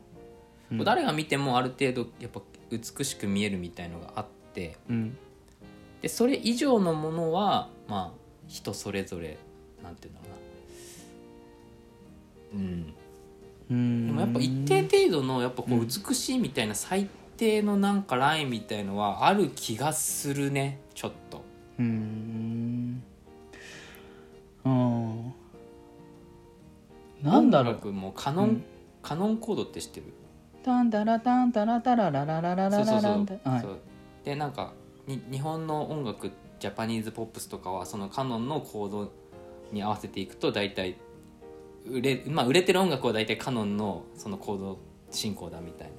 A: 誰が見てもある程度やっぱ美しく見えるみたいのがあって
B: えうん
A: でそれ以上のものはまあ人それぞれなんて言うんだろうなうん
B: うん
A: でもやっぱ一定程度のやっぱこう美しいみたいな最低のなんかラインみたいのはある気がするねちょっと
B: うーんうんなんだ
A: 音
B: ろう
A: 楽もカノン、
B: うん
A: カノンコードって知ってる
B: タンタラタンタラタララララララ
A: そうそ
B: ラ
A: うそ
B: ラン
A: う
B: タはい
A: そうでなんかに日本の音楽ジャパニーズポップスとかはそのカノンのコードに合わせていくと大体売れ,、まあ、売れてる音楽は大体カノンのそのコード進行だみたい
B: へ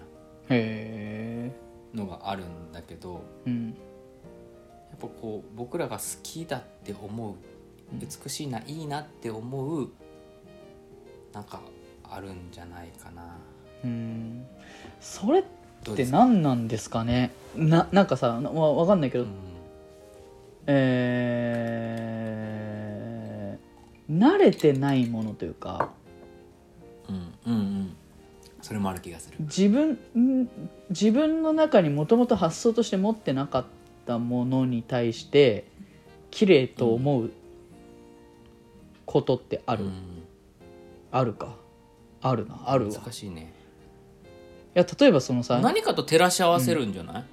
B: え
A: なのがあるんだけど
B: うん
A: やっぱこう僕らが好きだって思う
B: うん
A: 美しいないいなって思うなんかあるんじゃないかな。
B: うんそれっ
A: どう
B: て
A: ですか
B: 何なんですかねななんかさなわわかんないけど、
A: うん
B: えー慣れてないものというか
A: うんうんうんそれもある気がする。
B: 自分ん自分の中にもともと発想として持ってなかったものに対して綺麗と思うことってある、
A: うん
B: あるかあるなあるわい
A: 難しいね。
B: や例えばそのさ
A: 何かと照らし合わせるんじゃない、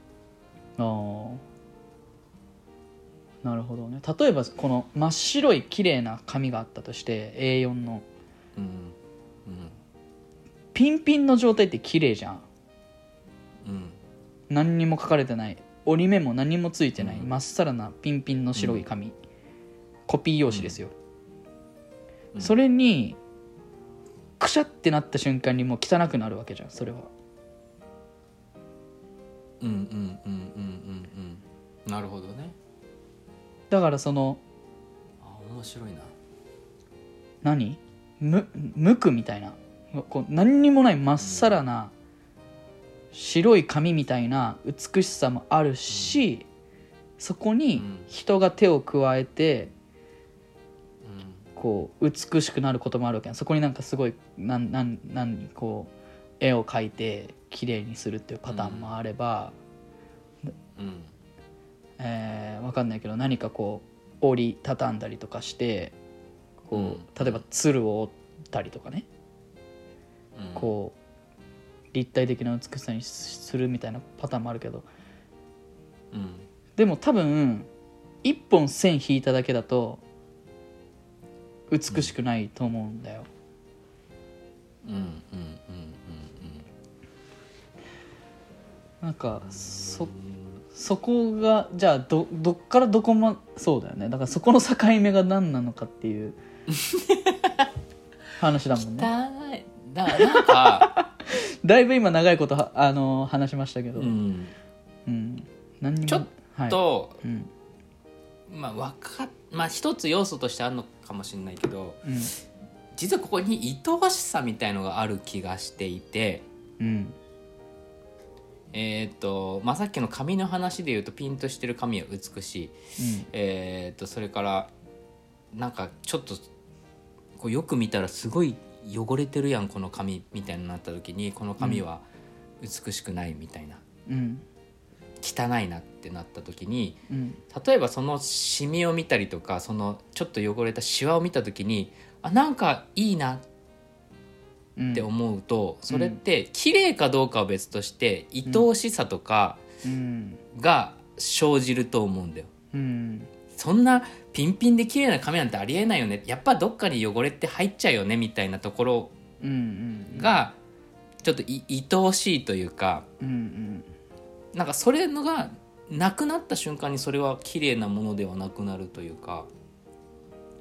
B: あーなるほどね例えばこの真っ白い綺麗な紙があったとして A4 の
A: うん
B: ピンピンの状態って綺麗じゃん
A: うんうん
B: 何にも書かれてない折り目も何もついてない
A: うん
B: ま、っさらなピンピンの白い紙、コピー用紙ですよ、
A: うん
B: それにくしゃってなった瞬間にもう汚くなるわけじゃんそれは
A: うんうんうんうんうんうんなるほどね
B: だからその
A: あ面白いな
B: 何む無垢みたいなこう何にもないまっさらな白い紙みたいな美しさもあるし、そこに人が手を加えてこう美しくなることもあるわけやんそこになんかすごいなんなんなんこう絵を描いて綺麗にするっていうパターンもあれば、
A: うんうん
B: えーわかんないけど何かこう折りたたんだりとかしてこう、
A: うん
B: 例えば鶴を折ったりとかね、
A: うん
B: こう立体的な美しさにしするみたいなパターンもあるけど
A: うん
B: でも多分一本線引いただけだと美しくないと思うんだよ。
A: うんうんうん
B: なんかそそこがじゃあどどっからどこまそうだよねだからそこの境目が何なのかっ ていう話だもんね
A: 汚いだなんか、
B: だいぶ今長いことはあのー話しましたけど、
A: う
B: うん
A: ん、
B: 何にも
A: ちょっ
B: はい
A: と、
B: うん
A: まあわかまあ一つ要素としてあるのかもしれないけど
B: うん
A: 実はここに愛おしさみたいのがある気がしていて
B: うん
A: えっ、と、まあ、さっきの髪の話で言うとピンとしてる髪は美しいえー、とそれからなんかちょっとこうよく見たらすごい汚れてるやんこの髪みたいになった時にこの髪は美しくないみたいな、
B: うんうん
A: 汚いなってなった時に
B: うん
A: 例えばそのシミを見たりとかそのちょっと汚れたシワを見た時にあなんかいいなっ
B: うん
A: て思うと、それって綺麗かどうかは別として愛おしさとか
B: うん
A: が生じると思うんだよ。
B: うん
A: そんなピンピンで綺麗な髪なんてありえないよねやっぱどっかに汚れって入っちゃうよねみたいなところ
B: うんうん
A: がちょっとい愛おしいというか
B: うん
A: なんかそれのがなくなった瞬間にそれは綺麗なものではなくなるというか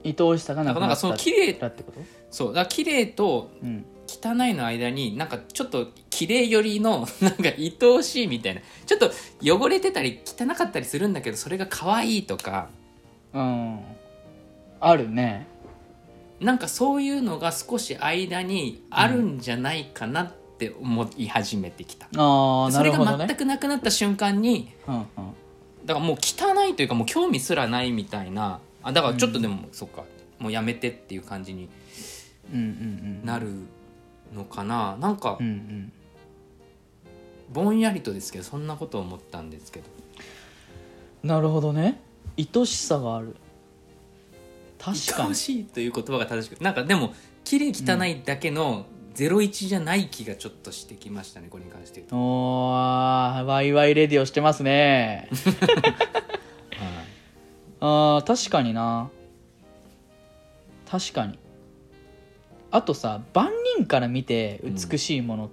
B: うん愛おしさがなく
A: な
B: な
A: んか
B: った
A: その綺麗
B: だってこと
A: そうだから綺麗と
B: うん
A: 汚いの間になんかちょっと綺麗寄りの なんか愛おしいみたいなちょっと汚れてたり汚かったりするんだけどそれが可愛いとか
B: うんあるね
A: なんかそういうのが少し間にあるんじゃないかなって思い始めてきた、
B: ああな
A: それ
B: るほ
A: が
B: どね
A: 全くなくなった瞬間に
B: うんうん
A: だからもう汚いというかもう興味すらないみたいなあだからちょっとでも、そっかもうやめてっていう感じに
B: うんうんうん
A: なるのかななんか
B: うんうん
A: ぼんやりとですけどそんなことを思ったんですけど
B: なるほどね愛しさがある確か
A: 愛お
B: に
A: しいという言葉が正しくなんかでも綺麗汚いだけの01じゃない気がちょっとしてきましたねこれに関して言うと。
B: おーワイワイレディオしてますね
A: はい
B: あー確かにな確かにあとさ万人から見て美しいもの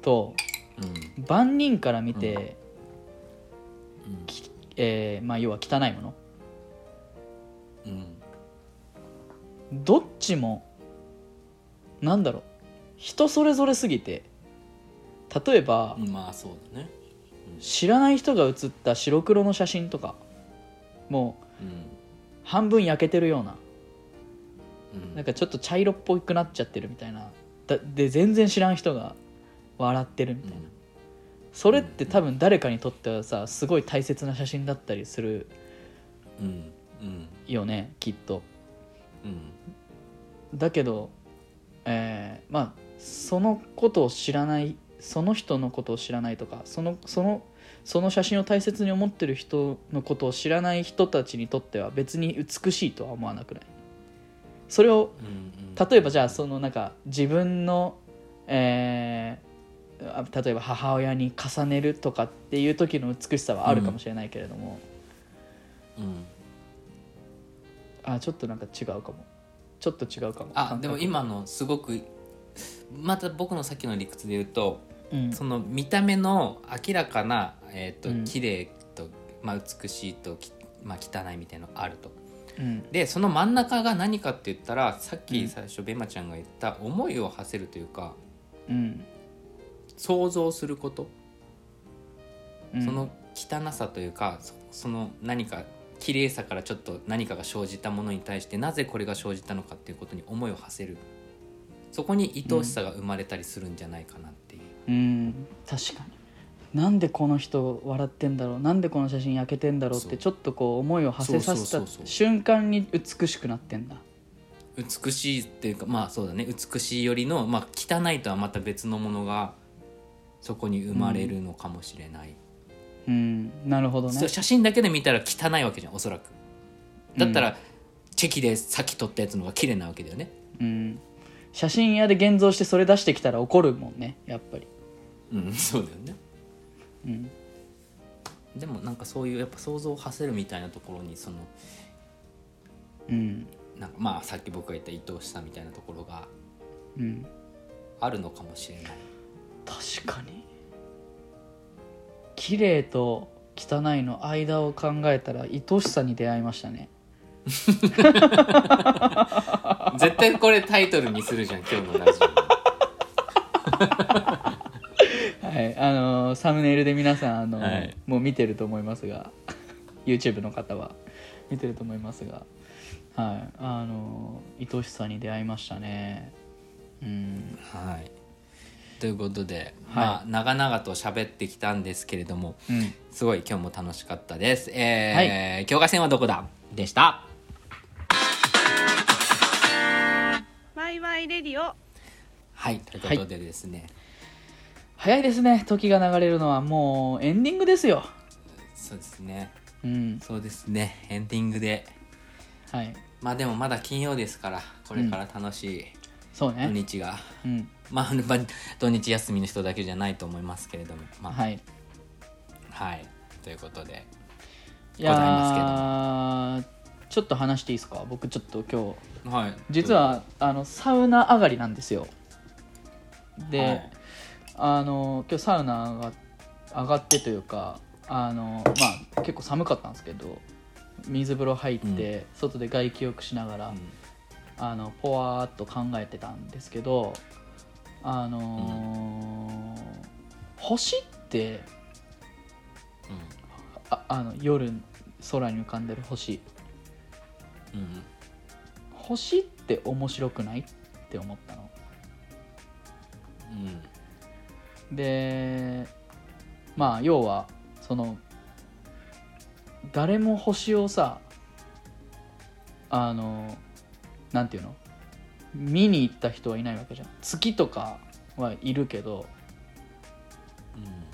B: と、
A: うん
B: 万人から見て、
A: うん
B: きえーまあ、要は汚いもの
A: うん
B: どっちもなんだろう人それぞれすぎて例えば、
A: まあそうだね。
B: 知らない人が写った白黒の写真とかもう
A: う
B: 半分焼けてるようなん
A: うん
B: なんかちょっと茶色っぽくなっちゃってるみたいなだで全然知らん人が笑ってるみたいな、それって多分誰かにとってはさすごい大切な写真だったりする
A: うんうん
B: よねきっと
A: うん
B: だけど、えーまあそのことを知らないその人のことを知らないとかそのそのその写真を大切に思ってる人のことを知らない人たちにとっては別に美しいとは思わなくないそれを
A: うん
B: 例えばじゃあそのなんか自分の、えーあ例えば母親に重ねるとかっていう時の美しさはあるかもしれないけれども、
A: うん
B: あちょっとなんか違うかもちょっと違うかも
A: あでも
B: 感覚
A: 今のすごくまた僕のさっきの理屈で言うと
B: うん
A: その見た目の明らかなえっ、と
B: うん
A: 綺麗とまあ美しいときまあ汚いみたいなのがあると。
B: うん
A: でその真ん中が何かって言ったらさっ
B: うん
A: き最初ベマちゃんが言った思いを馳せるというか
B: うん
A: 想像すること
B: うん
A: その汚さというかそその何か綺麗さからちょっと何かが生じたものに対してなぜこれが生じたのかっていうことに思いを馳せるそこに愛おしさが生まれたりするんじゃないかなっていう、
B: うん確かになんでこの人笑ってんだろうなんでこの写真焼けてんだろうっ
A: そ
B: て
A: う
B: ちょっとこう思いを馳せさせ
A: そうそう
B: た
A: そうそう
B: 瞬間に美しくなってんだ
A: 美しいっていうかまあそうだね美しいよりの、まあ、汚いとはまた別のものがそこに生まれるのかもしれない、
B: うんなるほどね
A: そう写真だけで見たら汚いわけじゃんおそらくだったら、チェキでさっき撮ったやつの方が綺麗なわけだよね
B: うん写真屋で現像してそれ出してきたら怒るもんねやっぱり
A: うんそうだよね
B: うん
A: でもなんかそういうやっぱ想像を馳せるみたいなところにその
B: うん
A: なんかまあさっき僕が言った愛おしさみたいなところが
B: うん
A: あるのかもしれない
B: 確かに綺麗と汚いの間を考えたら愛おしさに出会いましたね
A: 絶対これタイトルにするじゃん今日のラジオ
B: はいあのーサムネイルで皆さん、あの
A: は
B: ー
A: い
B: もう見てると思いますが YouTube の方は見てると思いますがはいあのー愛おしさに出会いましたねうん
A: はいということで、
B: はい
A: まあ長々と喋ってきたんですけれども
B: うん
A: すごい今日も楽しかったですえー境界線はどこだでした
D: ワイワイレディオ
A: はいということでですね、
B: 早いですね時が流れるのはもうエンディングですよ
A: そうですね
B: うん
A: そうですねエンディングで
B: はい
A: まあでもまだ金曜ですからこれから楽しい
B: そう
A: 土
B: ね
A: 日が、
B: うん
A: まあ、まあ土日休みの人だけじゃないと思いますけれどもまあは、
B: はいい
A: ということで
B: い
A: ざいますけど
B: やーちょっと話していいですか僕ちょっと今日
A: はい
B: 実はあのサウナ上がりなんですよで、
A: はい
B: あの今日サウナ上が上がってというかあの、まあ、結構寒かったんですけど水風呂入って、
A: う
B: 外で外気浴しながら、
A: うん
B: あのポワーっと考えてたんですけどあのー星ってああの夜空に浮かんでる星
A: うんうん
B: 星って面白くないって思ったの。
A: うん
B: でまあ要はその誰も星をさあのなんていうの見に行った人はいないわけじゃん月とかはいるけど
A: うん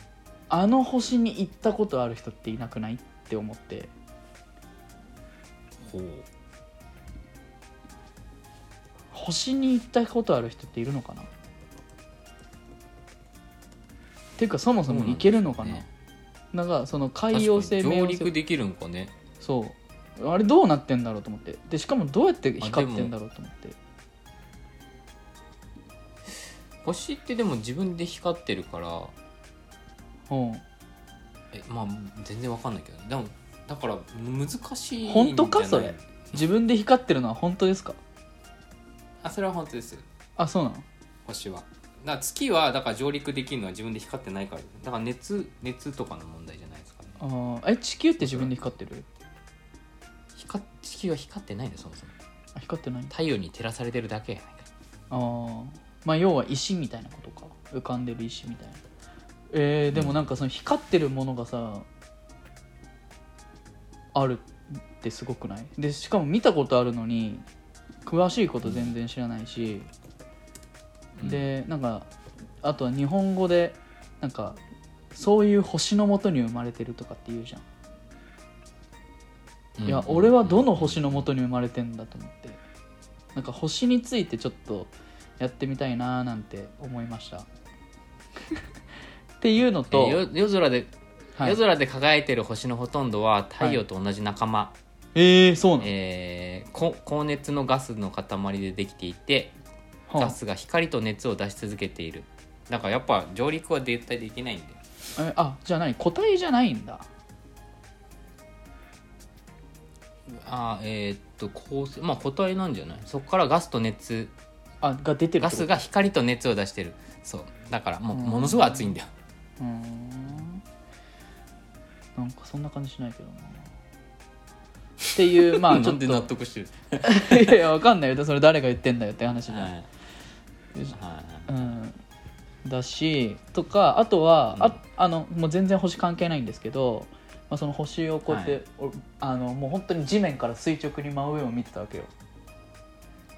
B: あの星に行ったことある人っていなくないって思って
A: ほう
B: 星に行ったことある人っているのかなっていうかそもそも行けるのかな,、
A: そうなん
B: なんかその海
A: 海
B: 洋
A: 洋
B: 性
A: 性
B: 冥
A: 上
B: 王星
A: 陸できるんかね
B: そうあれどうなってんだろうと思ってでしかもどうやって光ってんだろうと思って
A: 星ってでも自分で光ってるから
B: う
A: えまあ全然わかんないけどでもだから難しいんじゃない
B: 本当かそれん自分で光ってるのは本当ですか
A: あそれは本当です
B: あそうなの
A: 星はだから月はだから上陸できるのは自分で光ってないからだから熱熱とかの問題じゃないですかね
B: あーえ地球って自分で光ってる
A: 光っ地球は光ってないのそもそも
B: あ光ってないんだ
A: 太陽に照らされてるだけやないか
B: あーまあ要は石みたいなことか浮かんでる石みたいなえー、でもなんかその光ってるものがさあるってすごくないでしかも見たことあるのに詳しいこと全然知らないし、
A: うん
B: でなんかあとは日本語でなんかそういう星のもとに生まれてるとかって言うじゃん、いや俺はどの星のもとに生まれてんだと思ってなんか星についてちょっとやってみたいなーなんて思いましたっていうのと、
A: えよ夜空で、
B: はい
A: 夜空で輝いてる星のほとんどは太陽と同じ仲間、
B: えー、そうなの、
A: えーこ高熱のガスの塊でできていて
B: はあ
A: ガスが光と熱を出し続けているだからやっぱ上陸は絶対できないんだよ
B: えあじゃあ何個体じゃないんだ
A: あーえーっと構成まあ固体なんじゃないそこからガスと熱
B: あが出てる
A: ガ
B: ってこと
A: スが光と熱を出してるそうだからもう
B: うん
A: ものすごい熱いんだよ
B: うーんなんかそんな感じしないけどなっていうまあ ち
A: な
B: ょっ
A: ん
B: と
A: で納得してるんですか
B: いやいやわかんないよそれ誰が言ってんだよって話じゃん
A: はいはいはい
B: うん、だしとかあとは、ああのもう全然星関係ないんですけど、まあ、その星をこうやって、
A: はい
B: おあのもう本当に地面から垂直に真上を見てたわけよ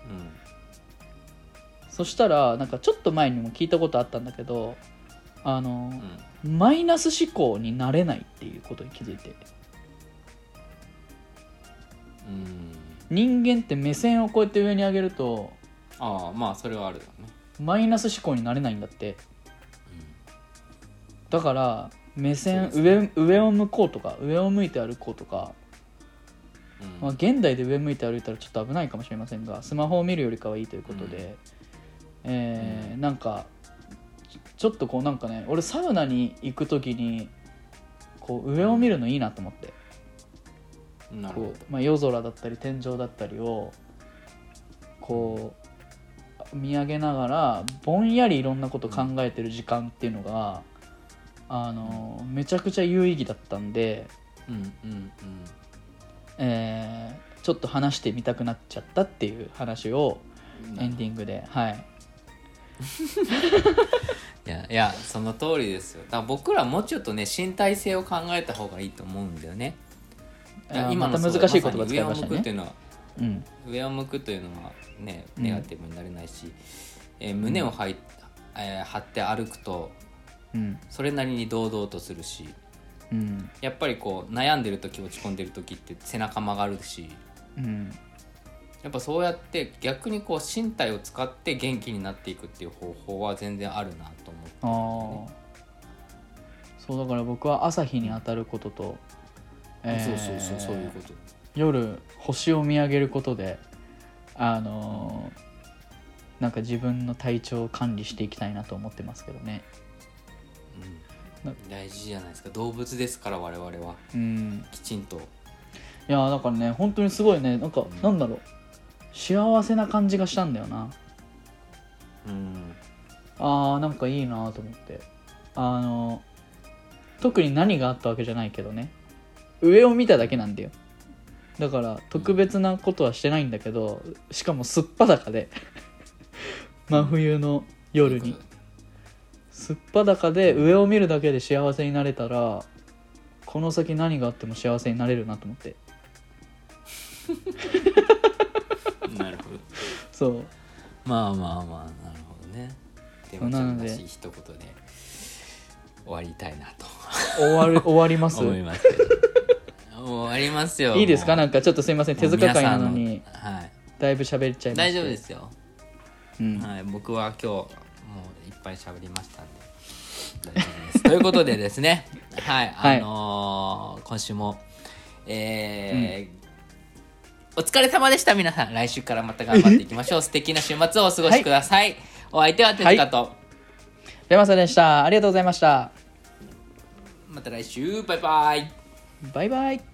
A: うん
B: そしたらなんかちょっと前にも聞いたことあったんだけどあの
A: う、ん
B: マイナス思考になれないっていうことに気づいて
A: うん
B: 人間って目線をこうやって上に上げると
A: ああまあそれはあるだろうね
B: マイナス思考になれないんだって、だから目線
A: そう
B: 上上を向こうとか上を向いて歩こうとか
A: うん
B: まあ、現代で上向いて歩いたらちょっと危ないかもしれませんがスマホを見るよりかはいいということで、えーなんかちちょっとこうなんかね俺サウナに行く時にこう上を見るのいいなと思って
A: なるほ
B: こ
A: ど
B: う、まあ、夜空だったり天井だったりをこう見上げながらぼんやりいろんなこと考えてる時間っていうのが、あのめちゃくちゃ有意義だったんで、
A: うんうん
B: えーちょっと話してみたくなっちゃったっていう話を
A: うん
B: エンディングで、はい、
A: いやいやその通りですよだから僕らもうちょっとね身体性を考えた方がいいと思うんだよねだから
B: あーまた
A: そう
B: 難しい言葉使い
A: さ
B: ま
A: に
B: した
A: 上を向くっていう
B: ね。
A: のは
B: うん、
A: 上を向くというのはね
B: うん
A: ネガティブになれないし、えー胸をはい、えー張って歩くと
B: うん、
A: それなりに堂々とするし
B: うん、
A: やっぱりこう悩んでる時落ち込んでる時って背中曲がるし
B: うん、
A: やっぱそうやって逆にこう身体を使って元気になっていくっていう方法は全然あるなと思って
B: ああー、そうだから僕は朝日に当たることと、えー
A: そうそうそうそういうこと
B: 夜星を見上げることで、あのーなんか自分の体調を管理していきたいなと思ってますけどね。な
A: 大事じゃないですか動物ですから我々は
B: うん、
A: きちんと
B: いやーだからね本当にすごいねなんか、
A: ん
B: なんだろう幸せな感じがしたんだよな。
A: うん
B: あーなんかいいなと思ってあの特に何があったわけじゃないけどね上を見ただけなんだよだから特別なことはしてないんだけどしかもすっぱだか で真冬の夜にすっぱだかで上を見るだけで幸せになれたらこの先何があっても幸せになれるなと思って
A: なるほど
B: そう
A: まあまあまあなるほどねで
B: そう
A: もち
B: な
A: ょ
B: の
A: っ
B: で
A: としい一言で終わりたいなと
B: 終 わる終わります
A: 思い ますけど終わりますよ
B: いいですかなん
A: か
B: んかちょっとすいません手塚会なのに
A: はい
B: だいぶ喋っちゃいま
A: 大
B: した
A: 丈夫ですよ、
B: うん
A: はい、僕は今日もういっぱい喋りましたんで大丈 夫ですということでですねはい、
B: はい
A: あのー今週もえーお疲れ様でした皆さん来週からまた頑張っていきま しょう素敵な週末をお過ごしください、お相手は手塚と、
B: 山さんでしたありがとうございました
A: また来週バイバイ
B: バイバイ